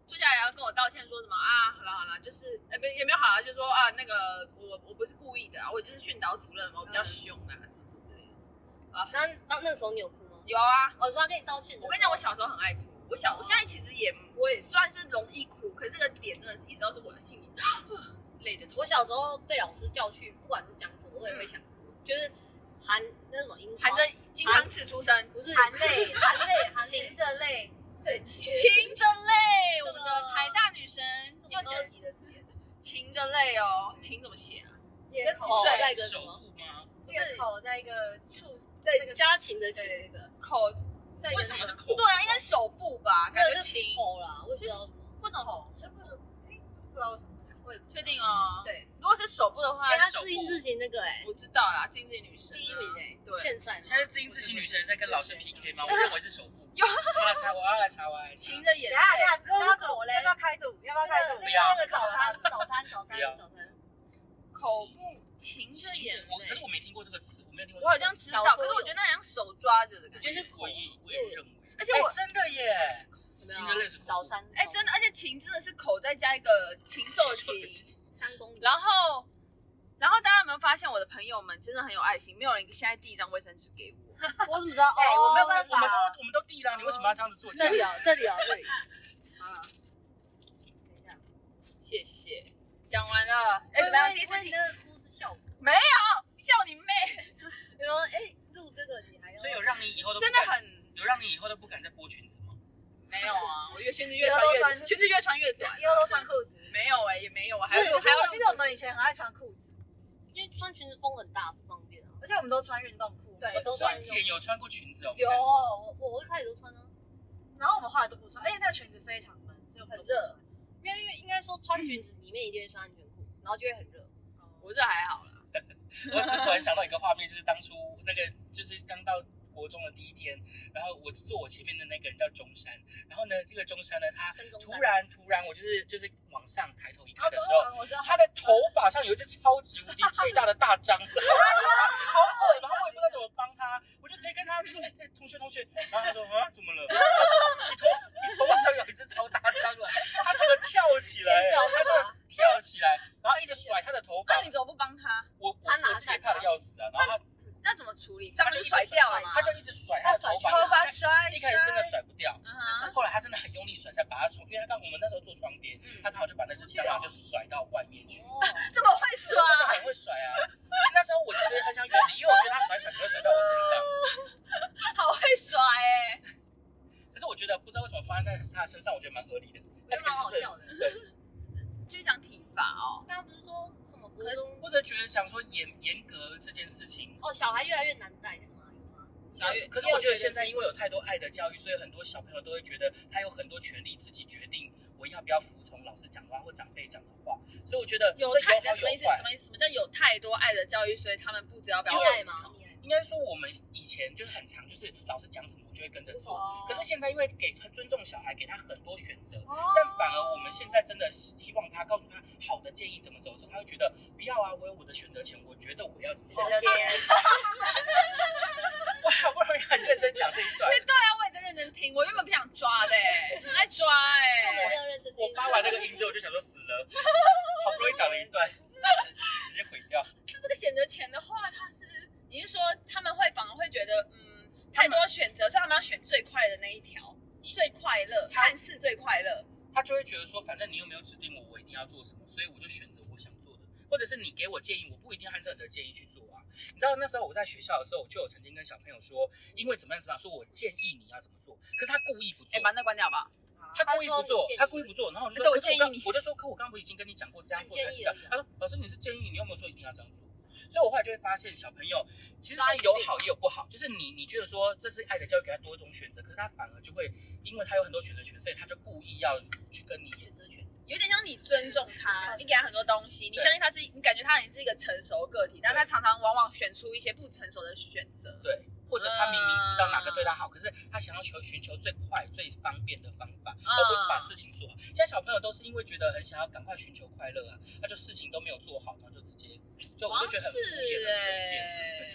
[SPEAKER 1] 坐下来，然后跟我道歉，说什么啊，好了好了，就是呃，不也没有好了，就说啊，那个我我不是故意的啊，我就是训导主任嘛，我比较凶啊，什么之类的。
[SPEAKER 3] 那那那时候你有哭吗？
[SPEAKER 1] 有啊，
[SPEAKER 3] 哦，说他跟你道歉。
[SPEAKER 1] 我跟你讲，我小时候很爱哭，我小我现在其实也我也算是容易哭，可是这个点真的是一直都是我的心里累的痛。
[SPEAKER 3] 我小时候被老师叫去，不管是讲什么，我也会想哭，就是含那种樱桃
[SPEAKER 1] 含着金汤匙出生，
[SPEAKER 3] 不是
[SPEAKER 2] 含泪
[SPEAKER 3] 含泪 含
[SPEAKER 2] 噙
[SPEAKER 3] 泪，
[SPEAKER 2] 着泪，
[SPEAKER 3] 对，
[SPEAKER 1] 噙着泪，我们
[SPEAKER 3] 这
[SPEAKER 1] 的
[SPEAKER 3] 么
[SPEAKER 1] 台大女神又
[SPEAKER 3] 又高
[SPEAKER 1] 讲
[SPEAKER 3] 级的字眼，
[SPEAKER 1] 噙着泪哦，噙怎么写啊？
[SPEAKER 2] 也
[SPEAKER 3] 口
[SPEAKER 2] 口
[SPEAKER 3] 在一个什
[SPEAKER 4] 守
[SPEAKER 3] 么？
[SPEAKER 4] 护吗？
[SPEAKER 3] 不是
[SPEAKER 2] 口在一个处，那
[SPEAKER 3] 对
[SPEAKER 2] 个
[SPEAKER 3] 家禽的禽
[SPEAKER 2] 对
[SPEAKER 3] 那个，
[SPEAKER 1] 口在
[SPEAKER 4] 为什么是口
[SPEAKER 1] 对？啊，应该是手部吧，感觉
[SPEAKER 3] 那个
[SPEAKER 1] 情
[SPEAKER 3] 是口啦，我也不知道
[SPEAKER 1] 是
[SPEAKER 3] 什么，
[SPEAKER 1] 不懂口，
[SPEAKER 2] 这个哎，不知道为什么。
[SPEAKER 3] 我也不
[SPEAKER 1] 确定哦。，
[SPEAKER 3] 对，
[SPEAKER 1] 如果是手部的话
[SPEAKER 3] 哎，，他
[SPEAKER 4] 手部
[SPEAKER 3] 自音自行那个哎，
[SPEAKER 1] 我知道啦，静静女神啊
[SPEAKER 3] 第一名哎，
[SPEAKER 1] 对
[SPEAKER 3] 现在嘛
[SPEAKER 4] 现，在自音自行女神在跟老师 PK 吗？我认为是守护。我要来查，我要来查，我要来查。
[SPEAKER 1] 噙着眼泪
[SPEAKER 2] 等下，等下，
[SPEAKER 3] 那
[SPEAKER 2] 要
[SPEAKER 3] 是
[SPEAKER 2] 不
[SPEAKER 3] 口嘞
[SPEAKER 2] 要开赌？要不要开
[SPEAKER 3] 那个
[SPEAKER 2] 赌
[SPEAKER 3] 那？个
[SPEAKER 4] 不要
[SPEAKER 3] 那个早餐早餐早
[SPEAKER 4] 不要
[SPEAKER 3] 餐早餐，
[SPEAKER 1] 口部噙着眼
[SPEAKER 4] 我可是
[SPEAKER 1] 泪。
[SPEAKER 4] 我没听过这个词，我没有听过。
[SPEAKER 1] 我好像知道，
[SPEAKER 3] 小时
[SPEAKER 1] 可
[SPEAKER 3] 候
[SPEAKER 1] 是
[SPEAKER 3] 有
[SPEAKER 1] 我觉得那像手抓着的感
[SPEAKER 3] 我
[SPEAKER 1] 觉，
[SPEAKER 3] 觉得是口
[SPEAKER 4] 我也我也认为，
[SPEAKER 1] 而且
[SPEAKER 4] 哎
[SPEAKER 1] 我，
[SPEAKER 4] 真的耶，
[SPEAKER 3] 有没有
[SPEAKER 4] 新的类似口
[SPEAKER 3] 早餐，
[SPEAKER 1] 哎，真的，而且情真的是口再加一个禽兽情，
[SPEAKER 3] 三公里，
[SPEAKER 1] 然后，然然后大家有没有发现我的朋友们真的很有爱心，没有人现在递一张卫生纸给我。
[SPEAKER 3] 我怎么知道？
[SPEAKER 2] 哎
[SPEAKER 3] 哦
[SPEAKER 2] 我没有办法
[SPEAKER 4] 我们都我们都地了，你为什么要这样子做？
[SPEAKER 3] 这里哦，这里哦， 这里。好了，等一下，
[SPEAKER 1] 啊谢谢，讲完了。哎，怎
[SPEAKER 3] 哎，怎
[SPEAKER 1] 么
[SPEAKER 3] 么
[SPEAKER 1] 样？
[SPEAKER 3] 样？
[SPEAKER 1] 第
[SPEAKER 3] 第
[SPEAKER 1] 一
[SPEAKER 3] 一
[SPEAKER 1] 次
[SPEAKER 3] 次
[SPEAKER 1] 听
[SPEAKER 3] 你那个故事效果，
[SPEAKER 1] 笑你妹，
[SPEAKER 3] 你说哎，录这个你还要
[SPEAKER 4] 所以有让你以后都不
[SPEAKER 1] 真的
[SPEAKER 4] 敢
[SPEAKER 1] 很
[SPEAKER 4] 有让你以后都不敢再拨裙子吗？
[SPEAKER 1] 没有啊。我越裙子越穿越
[SPEAKER 2] 以后都穿
[SPEAKER 1] 裙子越穿越短。
[SPEAKER 2] 以后都穿裤子。
[SPEAKER 1] 没有哎，也没有，我还
[SPEAKER 3] 是
[SPEAKER 1] 我
[SPEAKER 2] 可是
[SPEAKER 1] 还有
[SPEAKER 2] 我记得我们以前很爱穿裤子，
[SPEAKER 3] 因为穿裙子风很大，不方便啊。
[SPEAKER 2] 而且我们都穿运动裤。
[SPEAKER 3] 对
[SPEAKER 4] 所以
[SPEAKER 3] 都
[SPEAKER 4] 所
[SPEAKER 3] 穿
[SPEAKER 4] 以姐有穿过裙子哦？
[SPEAKER 3] 有，我我一开始都穿啊，
[SPEAKER 2] 然后我们后来都不穿，而且那个裙子非常闷，所以我们都不穿。
[SPEAKER 3] 因为因为应该说穿裙子里面一定会穿安全裤，然后就会很热。
[SPEAKER 1] 我这还好啦。
[SPEAKER 4] 我只突然想到一个画面，就是当初那个就是刚到国中的第一天，然后我坐我前面的那个人叫中山，然后呢，这个中山呢，他
[SPEAKER 3] 跟中
[SPEAKER 4] 突
[SPEAKER 3] 山
[SPEAKER 4] 然突然我就是就是往上抬头一看
[SPEAKER 2] 然
[SPEAKER 4] 的时候，
[SPEAKER 2] 后我知道，
[SPEAKER 4] 他的头发上有一只超级无敌巨大的大 蟑螂，好恶！然后我也不知道怎么帮他，我就直接跟他就说：“哎、哎同学同学。”然后他说：“啊，怎么了？”他说：“你头你头发上有一只超大蟑螂。”他这个跳起来，
[SPEAKER 3] 尖叫啊
[SPEAKER 4] 他这个
[SPEAKER 3] 吧
[SPEAKER 4] 跳起来，然后一直甩他的头发
[SPEAKER 1] 那，你怎么不帮他？
[SPEAKER 4] 我我
[SPEAKER 3] 他拿
[SPEAKER 4] 我自己也
[SPEAKER 3] 伞
[SPEAKER 4] 怕的
[SPEAKER 3] 吗
[SPEAKER 4] 要死啊！然后
[SPEAKER 1] 那怎么处理？
[SPEAKER 4] 他
[SPEAKER 1] 蟑螂就
[SPEAKER 4] 他就一直
[SPEAKER 1] 甩掉了吗？
[SPEAKER 4] 他就一直甩他的头发，
[SPEAKER 1] 头发
[SPEAKER 4] 一
[SPEAKER 1] 甩
[SPEAKER 4] 开一开始真的甩不掉。
[SPEAKER 1] 嗯哼，
[SPEAKER 4] 后来他真的很用力甩，才把他从，因为他刚我们那时候坐窗边，
[SPEAKER 1] 嗯
[SPEAKER 4] 他刚好就把那只蟑螂就甩到外面去。
[SPEAKER 3] 哦，
[SPEAKER 1] 这么会
[SPEAKER 4] 这
[SPEAKER 1] 甩
[SPEAKER 4] 真的很会甩啊！那时候我其实很想远离，因为我觉得他甩甩不会甩到我身上。
[SPEAKER 1] 好会甩哎、
[SPEAKER 4] 可是我觉得不知道为什么发生在他身上，我觉得蛮合理的。
[SPEAKER 3] 我觉得蛮好笑的。
[SPEAKER 1] 就讲体罚哦。
[SPEAKER 3] 刚刚不是说什么国中
[SPEAKER 4] 或者觉得想说严严格这件事情，
[SPEAKER 3] 哦，小孩越来越难带是吗？有吗？
[SPEAKER 1] 小月，
[SPEAKER 4] 可是我觉得现在因为有太多爱的教育，所以很多小朋友都会觉得他有很多权利自己决定我要不要服从老师讲的话或长辈讲的话。所以我觉得这有
[SPEAKER 1] 有太
[SPEAKER 4] 好
[SPEAKER 1] 什么意
[SPEAKER 4] 有
[SPEAKER 1] 思？
[SPEAKER 4] 坏
[SPEAKER 1] 什。么意思？什么叫有太多爱的教育，所以他们不知道要不要
[SPEAKER 3] 溺爱吗？
[SPEAKER 1] 服从
[SPEAKER 3] 溺爱吗
[SPEAKER 4] 应该说我们以前就是很常就是老师讲什么我就会跟着做，
[SPEAKER 3] 哦
[SPEAKER 4] 可是现在因为给他尊重小孩，给他很多选择，但反而我们现在真的希望他告诉他好的建议怎么走的时候，他会觉得不要啊，我有我的选择权，我觉得我要怎么走。
[SPEAKER 3] 好甜，
[SPEAKER 4] 我好不容易很认真讲这一段
[SPEAKER 1] 哎，，对啊，我也在认真听。我原本不想抓的、欸，很爱抓哎、
[SPEAKER 3] 我们没有认真听。
[SPEAKER 4] 我发完那个音之后我就想说死了，好不容易讲了一段，直接毁掉。
[SPEAKER 1] 就这个选择权的话，他是你是说他们会反而会觉得嗯太多选择，所以他们要选最快的那一条，最快乐，
[SPEAKER 4] 他
[SPEAKER 1] 看似最快乐。
[SPEAKER 4] 他就会觉得说，反正你又没有指定我，我一定要做什么，所以我就选择我想做的，或者是你给我建议，我不一定按照你的建议去做啊。你知道那时候我在学校的时候，我就有曾经跟小朋友说，因为怎么样怎么样，说我建议你要怎么做，可是他故意不做
[SPEAKER 1] 哎、，把那关掉吧。
[SPEAKER 4] 他故意不做，他
[SPEAKER 3] 他说你建议
[SPEAKER 4] 故意不做，然后我就
[SPEAKER 1] 对
[SPEAKER 4] 说，
[SPEAKER 1] 我
[SPEAKER 4] 可是
[SPEAKER 1] 建议
[SPEAKER 4] 刚
[SPEAKER 1] 你
[SPEAKER 4] 我就说，可我刚刚不是已经跟你讲过这样做才是这样
[SPEAKER 3] 你建议而已？啊
[SPEAKER 4] 他说，老师你是建议，你有没有说一定要这样做？所以我后来就会发现，小朋友其实
[SPEAKER 3] 抓
[SPEAKER 4] 这
[SPEAKER 3] 鱼
[SPEAKER 4] 有
[SPEAKER 3] 病
[SPEAKER 4] 好也有不好，就是你你觉得说这是爱的教育给他多种选择，可是他反而就会因为他有很多选择权，所以他就故意要去跟你
[SPEAKER 3] 选择权，
[SPEAKER 1] 有点像你尊重他，你给他很多东西，你相信他是，你感觉他已经是一个成熟个体，但他常常往往选出一些不成熟的选择。
[SPEAKER 4] 对，或者他明明知道哪个对他
[SPEAKER 3] 嗯
[SPEAKER 4] 好，可是他想要求寻求最快最方便的方法，
[SPEAKER 3] 嗯
[SPEAKER 4] 而不把事情做好。现在小朋友都是因为觉得很想要赶快寻求快乐啊，他就事情都没有做好，然后就直接就我
[SPEAKER 1] 好
[SPEAKER 4] 就觉
[SPEAKER 1] 像
[SPEAKER 4] 得很敷
[SPEAKER 1] 是
[SPEAKER 4] 衍很随
[SPEAKER 3] 欸
[SPEAKER 4] 便。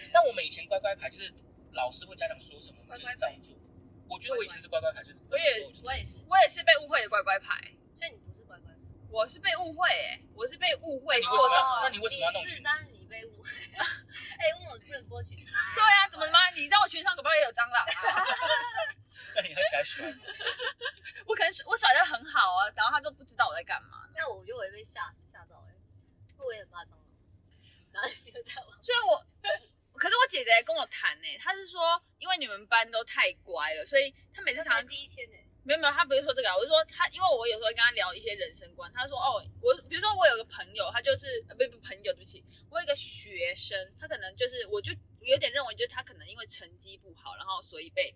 [SPEAKER 1] 哎、
[SPEAKER 4] 但我们以前乖乖牌就是老师或家长说什么，我们就是
[SPEAKER 1] 乖乖
[SPEAKER 4] 照做。我觉得我以前是乖乖牌，就是这
[SPEAKER 1] 我
[SPEAKER 4] 么
[SPEAKER 1] 也
[SPEAKER 4] 说，我就
[SPEAKER 3] 我也是，
[SPEAKER 1] 我也是被误会的乖乖牌，
[SPEAKER 3] 所以你不是乖乖。
[SPEAKER 1] 我是被误会哎、我是被误会
[SPEAKER 4] 你为
[SPEAKER 1] 过
[SPEAKER 4] 什么
[SPEAKER 1] 的。
[SPEAKER 4] 要那你为什么要弄
[SPEAKER 3] 你是，
[SPEAKER 4] 裙子
[SPEAKER 3] 但是你被误。 哎，问我不能播裙子，
[SPEAKER 1] 对啊，怎么了吗？你知道我裙上搞不好也有蟑螂啊？
[SPEAKER 4] 那你喝起来喜欢吗？
[SPEAKER 1] 我可能是我甩的很好啊，然后他都不知道我在干嘛。
[SPEAKER 3] 那我觉得我也被吓吓到哎，我也很怕蟑螂。然后你就在我
[SPEAKER 1] 所以我，可是我姐姐跟我谈哎、她是说因为你们班都太乖了，所以她每次常常
[SPEAKER 3] 第一天哎，
[SPEAKER 1] 没有没有，他不是说这个啊，我是说他，因为我有时候跟他聊一些人生观，他说哦，我比如说我有个朋友，他就是呃不不朋友，对不起，我有一个学生，他可能就是我就有点认为就是他可能因为成绩不好，然后所以被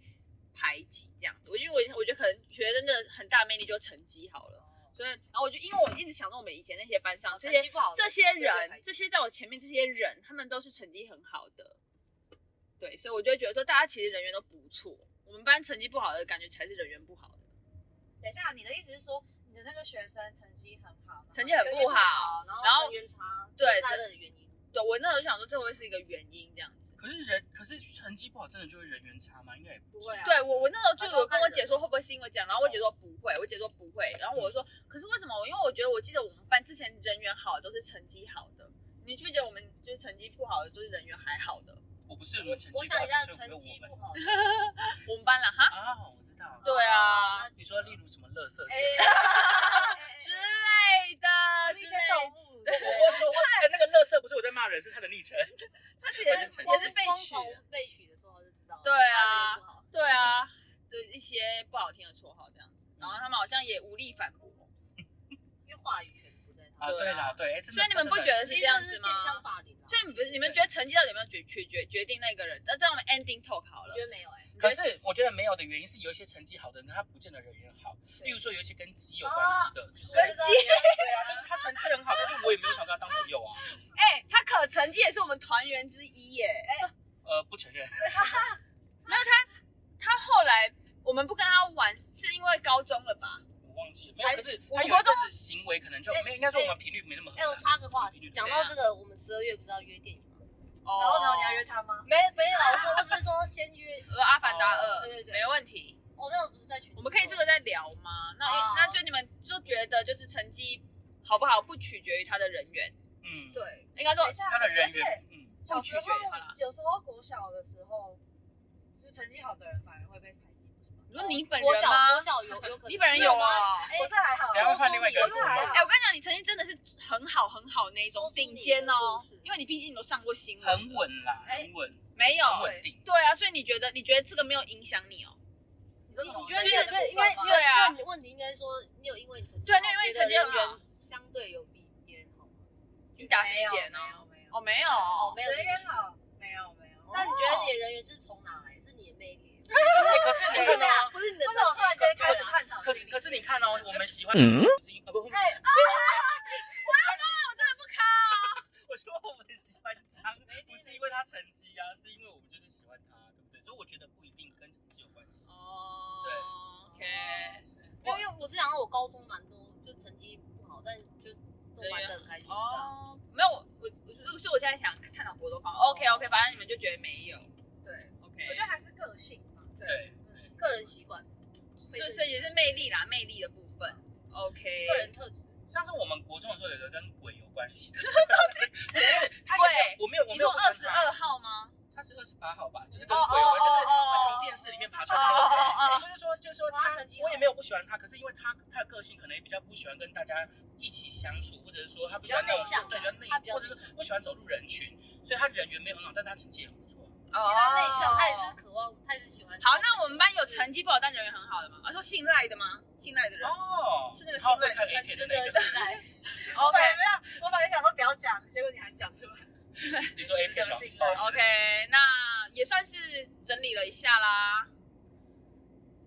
[SPEAKER 1] 排挤这样子。我因为我我觉得可能学生的很大魅力就成绩好了，所以然后我就因为我一直想着我们以前那些班上哦这些
[SPEAKER 3] 成绩不好的
[SPEAKER 1] 这些
[SPEAKER 3] 就会被排
[SPEAKER 1] 人，
[SPEAKER 3] 挤
[SPEAKER 1] 这些在我前面这些人，他们都是成绩很好的，对，所以我就会觉得说大家其实人缘都不错，我们班成绩不好的感觉才是人缘不好的。
[SPEAKER 2] 等一下，你的意思是说你的那个学生成绩很好，
[SPEAKER 1] 成绩很不好，
[SPEAKER 3] 然
[SPEAKER 1] 然后
[SPEAKER 3] 后原差，
[SPEAKER 1] 对
[SPEAKER 3] 这是他的原因。
[SPEAKER 1] 对我那时候就想说这会是一个原因这样子。
[SPEAKER 4] 可是人，可是成绩不好，真的就会人缘差吗？应该也不
[SPEAKER 3] 不会啊
[SPEAKER 1] 对我，我那时候就有跟我姐说
[SPEAKER 3] 啊
[SPEAKER 1] 会不会是因为这样，然后
[SPEAKER 2] 嗯
[SPEAKER 1] 我姐说不会，我姐说不会，然后我说可是为什么？因为我觉得我记得我们班之前人缘好的都是成绩好的，你就觉得我们就是成绩不好的，就是人缘还好的，
[SPEAKER 4] 我不是我们成绩
[SPEAKER 3] 我
[SPEAKER 4] 不好
[SPEAKER 3] 想一下，
[SPEAKER 4] 的，所以
[SPEAKER 3] 成
[SPEAKER 4] 我
[SPEAKER 3] 绩
[SPEAKER 4] 没有
[SPEAKER 3] 不
[SPEAKER 4] 我
[SPEAKER 3] 好。
[SPEAKER 4] 们
[SPEAKER 1] 我们班了哈
[SPEAKER 4] 啊，我知道。
[SPEAKER 1] 对啊
[SPEAKER 3] 那就，
[SPEAKER 4] 你说例如什么垃圾之
[SPEAKER 3] 哎
[SPEAKER 4] 类的？
[SPEAKER 5] 之类的，
[SPEAKER 2] 还是一
[SPEAKER 5] 之
[SPEAKER 2] 些
[SPEAKER 5] 类
[SPEAKER 2] 动
[SPEAKER 5] 的
[SPEAKER 2] 物，
[SPEAKER 4] 我我我哎那个垃圾不是我在骂人，是他的 昵称。
[SPEAKER 1] 他自己也
[SPEAKER 4] 我
[SPEAKER 1] 是
[SPEAKER 4] 是
[SPEAKER 1] 也是被
[SPEAKER 3] 光
[SPEAKER 1] 取的，
[SPEAKER 3] 从被取的时候就知道了。
[SPEAKER 1] 对啊
[SPEAKER 3] 那不好，
[SPEAKER 1] 对啊，就一些不好听的绰号这样子，然后他们好像也无力反驳，
[SPEAKER 3] 因为话语权不在他
[SPEAKER 4] 啊，
[SPEAKER 3] 们。
[SPEAKER 1] 对
[SPEAKER 4] 对
[SPEAKER 1] 啊
[SPEAKER 4] 啦，对，哎，真的
[SPEAKER 1] 所以你们不觉得
[SPEAKER 3] 其
[SPEAKER 1] 是
[SPEAKER 3] 实
[SPEAKER 1] 这样
[SPEAKER 3] 就
[SPEAKER 1] 子
[SPEAKER 3] 是
[SPEAKER 1] 吗
[SPEAKER 3] 变？相霸凌啊。
[SPEAKER 1] 就你们你们觉得成绩到底有没有决决决决定那个人？那这样我们 ending talk 好
[SPEAKER 3] 我
[SPEAKER 1] 了
[SPEAKER 3] 觉。得没有 哎。
[SPEAKER 4] 可是我觉得没有的原因是，有一些成绩好的人，他不见得人缘好。
[SPEAKER 3] 对
[SPEAKER 4] 例如说，有一些跟鸡有关系
[SPEAKER 1] 哦
[SPEAKER 4] 的，就是
[SPEAKER 3] 跟鸡
[SPEAKER 4] 对啊，就是他成绩很好，但是我也没有想跟他当朋 友啊。
[SPEAKER 1] 哎、他可成绩也是我们团员之一耶。哎
[SPEAKER 4] 呃，不承认，
[SPEAKER 1] 他后来我们不跟他玩，是因为高中了吧？
[SPEAKER 4] 我忘记了。没有，可是
[SPEAKER 1] 我哎
[SPEAKER 4] 他有
[SPEAKER 1] 国
[SPEAKER 4] 一
[SPEAKER 1] 中
[SPEAKER 4] 阵子行为可能就没有，应该说我们频率没那么合
[SPEAKER 3] 哎，我
[SPEAKER 4] 啦。
[SPEAKER 3] 插个话
[SPEAKER 4] 对
[SPEAKER 3] 题，
[SPEAKER 4] 啊
[SPEAKER 3] 讲到这个，我们十二月不是要约电影吗？
[SPEAKER 1] 哦
[SPEAKER 2] 然后呢，你要约他吗？
[SPEAKER 3] 没没有，啊我说 我只是说先约。
[SPEAKER 1] 呃《阿凡达二》
[SPEAKER 3] 哦对对对
[SPEAKER 1] 没问题。
[SPEAKER 3] 我那时候不是在群组说，
[SPEAKER 1] 我们可以这个再聊吗？那、
[SPEAKER 3] 哦
[SPEAKER 1] 那就你们就觉得就是成绩好不好，不取决于他的人缘，
[SPEAKER 4] 嗯，
[SPEAKER 3] 对，
[SPEAKER 1] 应该说
[SPEAKER 2] 等一下，
[SPEAKER 4] 他的
[SPEAKER 2] 而
[SPEAKER 4] 人
[SPEAKER 2] 且
[SPEAKER 4] 缘，嗯，
[SPEAKER 2] 小时候
[SPEAKER 1] 不取决于他啦
[SPEAKER 2] 有时候国小的时候，就成绩好的人反而会被排挤，不
[SPEAKER 1] 你
[SPEAKER 2] 是吗？
[SPEAKER 1] 说你本
[SPEAKER 3] 哦国
[SPEAKER 1] 人
[SPEAKER 3] 小
[SPEAKER 1] 吗
[SPEAKER 3] 国？小有有 可能
[SPEAKER 1] 你本人有啊？
[SPEAKER 3] 哎
[SPEAKER 2] 我是还好，
[SPEAKER 4] 等一下会换另外一个人
[SPEAKER 2] 我是还
[SPEAKER 4] 过
[SPEAKER 2] 好
[SPEAKER 1] 哎、我跟你讲，你成绩真的是很好很好那一种
[SPEAKER 3] 说出你
[SPEAKER 1] 顶
[SPEAKER 3] 的
[SPEAKER 1] 尖哦
[SPEAKER 3] 故事，
[SPEAKER 1] 因为你毕竟你都上过新闻了，
[SPEAKER 4] 很稳啦，
[SPEAKER 3] 哎
[SPEAKER 4] 很稳，
[SPEAKER 1] 没有
[SPEAKER 4] 很稳定。
[SPEAKER 1] 对啊，所以你觉得你觉得这个没有影响你哦？
[SPEAKER 2] 你说什么
[SPEAKER 3] 你觉得
[SPEAKER 1] 就
[SPEAKER 3] 你
[SPEAKER 1] 是
[SPEAKER 3] 有对，因为
[SPEAKER 1] 对啊，
[SPEAKER 3] 因为问题应该说你有因为你成绩
[SPEAKER 1] 对
[SPEAKER 3] 好
[SPEAKER 1] 你有因为你
[SPEAKER 3] 觉得
[SPEAKER 1] 成绩很好
[SPEAKER 3] 人缘相对有比别人好吗？
[SPEAKER 1] 你打谁一点呢？
[SPEAKER 2] 没有，
[SPEAKER 1] 哦，没有
[SPEAKER 3] 哦，没有
[SPEAKER 2] 人缘。好，没有没有。
[SPEAKER 3] 那你觉得你的人缘是从哪来？是你的魅力？
[SPEAKER 4] 哎可 是你
[SPEAKER 2] 不是
[SPEAKER 4] 看
[SPEAKER 2] 啊
[SPEAKER 4] 哦，
[SPEAKER 3] 不是你的
[SPEAKER 2] 为什么突然间开始探讨
[SPEAKER 4] 可
[SPEAKER 2] 心
[SPEAKER 4] 是
[SPEAKER 2] 理？
[SPEAKER 4] 可是你看哦，我们喜欢
[SPEAKER 6] 嗯
[SPEAKER 4] 不是因呃不，我们喜
[SPEAKER 3] 哎，
[SPEAKER 4] 我说我们喜欢张，不是因为他成绩啊，是因为我们就是喜欢他，对不对？所以我觉得不一定跟成绩有关系。
[SPEAKER 1] 哦，OK，
[SPEAKER 3] 没有，因为我是想到我高中蛮多，就成绩不好，但就都玩的很开心。
[SPEAKER 1] 哦，没有，我我我是我现在想探讨国中方，OK
[SPEAKER 4] 哦
[SPEAKER 1] OK，反正你们就觉得没有
[SPEAKER 3] 对，
[SPEAKER 1] ，OK，
[SPEAKER 2] 我觉得还是个性嘛。
[SPEAKER 4] 对，
[SPEAKER 3] 个人习惯，
[SPEAKER 1] 所以所以也是魅力啦，魅力的部分，OK，
[SPEAKER 3] 个人特质。
[SPEAKER 4] 像是我们国中的时候有一个跟鬼有关系的，就是他有
[SPEAKER 1] 鬼
[SPEAKER 4] 没有我没有，我
[SPEAKER 1] 你
[SPEAKER 4] 没有
[SPEAKER 1] 说
[SPEAKER 4] 不管
[SPEAKER 1] 二
[SPEAKER 4] 他
[SPEAKER 1] 十，二号 吗？
[SPEAKER 4] 他是二十八号吧，就是跟鬼有关，
[SPEAKER 1] 哦
[SPEAKER 4] 就
[SPEAKER 1] 哦
[SPEAKER 4] 是
[SPEAKER 1] 哦哦
[SPEAKER 4] 会从电视里面爬出来
[SPEAKER 1] 啊
[SPEAKER 4] 的。就是说，就是说
[SPEAKER 3] 哇
[SPEAKER 4] 他
[SPEAKER 3] 成绩，好
[SPEAKER 4] 我也没有不喜欢他，可是因为他他的个性可能也比较不喜欢跟大家一起相处，或者是说他比较
[SPEAKER 3] 比较内向
[SPEAKER 4] 对，比较
[SPEAKER 3] 他比
[SPEAKER 4] 内，
[SPEAKER 3] 较
[SPEAKER 4] 或者是不喜欢走入人群，所以他人缘没有很好，但他成绩也很不错。
[SPEAKER 1] 哦
[SPEAKER 3] 他内向，他也
[SPEAKER 4] 哦
[SPEAKER 3] 是渴望，他也是喜欢。
[SPEAKER 1] 好，那我们班有成绩不好但人缘很好的吗？啊，说信赖的吗？信赖的人
[SPEAKER 4] 哦，
[SPEAKER 1] 是那个
[SPEAKER 4] 超
[SPEAKER 1] 信赖
[SPEAKER 4] 会看
[SPEAKER 1] 的
[SPEAKER 4] A 片
[SPEAKER 3] 值
[SPEAKER 4] 的那
[SPEAKER 3] 得
[SPEAKER 4] 个
[SPEAKER 3] 信。赖。
[SPEAKER 2] 我
[SPEAKER 1] ，OK
[SPEAKER 2] 本来没有，我本来想说不要讲，结果你还是讲出来。
[SPEAKER 4] 你说 A 片吗？
[SPEAKER 2] 值得信赖
[SPEAKER 4] 哦
[SPEAKER 1] OK，那也算是整理了一下啦。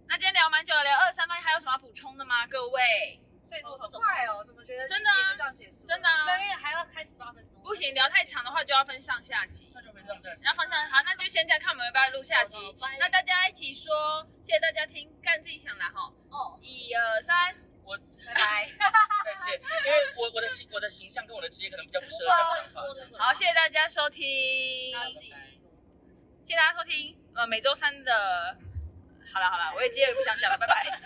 [SPEAKER 1] 那今天聊蛮久了，聊二三班还有什么要补充的吗？各位，
[SPEAKER 3] 所以说
[SPEAKER 2] 好
[SPEAKER 3] 是什么？
[SPEAKER 2] 快哦，怎么觉得
[SPEAKER 1] 真的啊
[SPEAKER 2] 结束这样结束？
[SPEAKER 1] 真的、啊、
[SPEAKER 3] 因为还要开十八分钟，
[SPEAKER 1] 不行，聊太长的话就要分上下集
[SPEAKER 4] 那。就分上下集。
[SPEAKER 1] 然后分上好，那就先这样，看我们要不要录下集
[SPEAKER 3] 嗯好的拜。
[SPEAKER 1] 那大家一起说，谢谢大家听，干自己想啦哈。
[SPEAKER 3] 哦。
[SPEAKER 1] 一二三，
[SPEAKER 4] 我
[SPEAKER 2] 拜拜。
[SPEAKER 4] 再见，因为我我的形我的形象跟我的职业可能比较不适合
[SPEAKER 3] 我
[SPEAKER 4] 讲
[SPEAKER 3] 会
[SPEAKER 4] 这
[SPEAKER 3] 说
[SPEAKER 4] 种
[SPEAKER 3] 那个，
[SPEAKER 1] 好，谢谢大家收听，
[SPEAKER 3] 他自己说。
[SPEAKER 1] 谢谢大家收听。呃，每周三的，好了好了，我也接着不想讲了，拜拜。